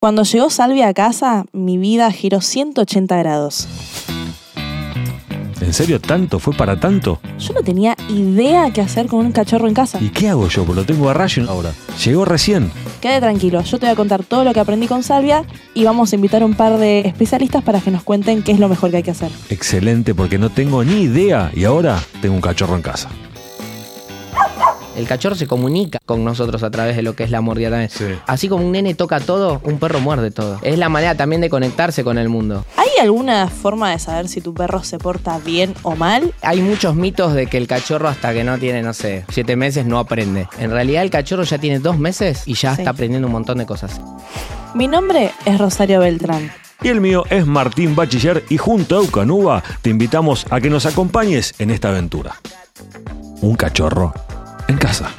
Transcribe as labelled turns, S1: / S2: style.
S1: Cuando llegó Salvi a casa, mi vida giró 180 grados.
S2: ¿En serio tanto? ¿Fue para tanto?
S1: Yo no tenía idea qué hacer con un cachorro en casa.
S2: ¿Y qué hago yo? Pues lo tengo a rayo ahora. Llegó recién.
S1: Quédate tranquilo, yo te voy a contar todo lo que aprendí con Salvia y vamos a invitar a un par de especialistas para que nos cuenten qué es lo mejor que hay que hacer.
S2: Excelente, porque no tengo ni idea y ahora tengo un cachorro en casa.
S3: El cachorro se comunica con nosotros a través de lo que es la mordida también.
S2: Sí.
S3: Así como un nene toca todo, un perro muerde todo. Es la manera también de conectarse con el mundo.
S1: ¿Hay alguna forma de saber si tu perro se porta bien o mal?
S3: Hay muchos mitos de que el cachorro hasta que no tiene, no sé, siete meses no aprende. En realidad el cachorro ya tiene dos meses y ya
S1: Sí.
S3: está aprendiendo un montón de cosas.
S1: Mi nombre es Rosario Beltrán.
S2: Y el mío es Martín Bachiller y junto a Eucanuba te invitamos a que nos acompañes en esta aventura. Un cachorro en casa.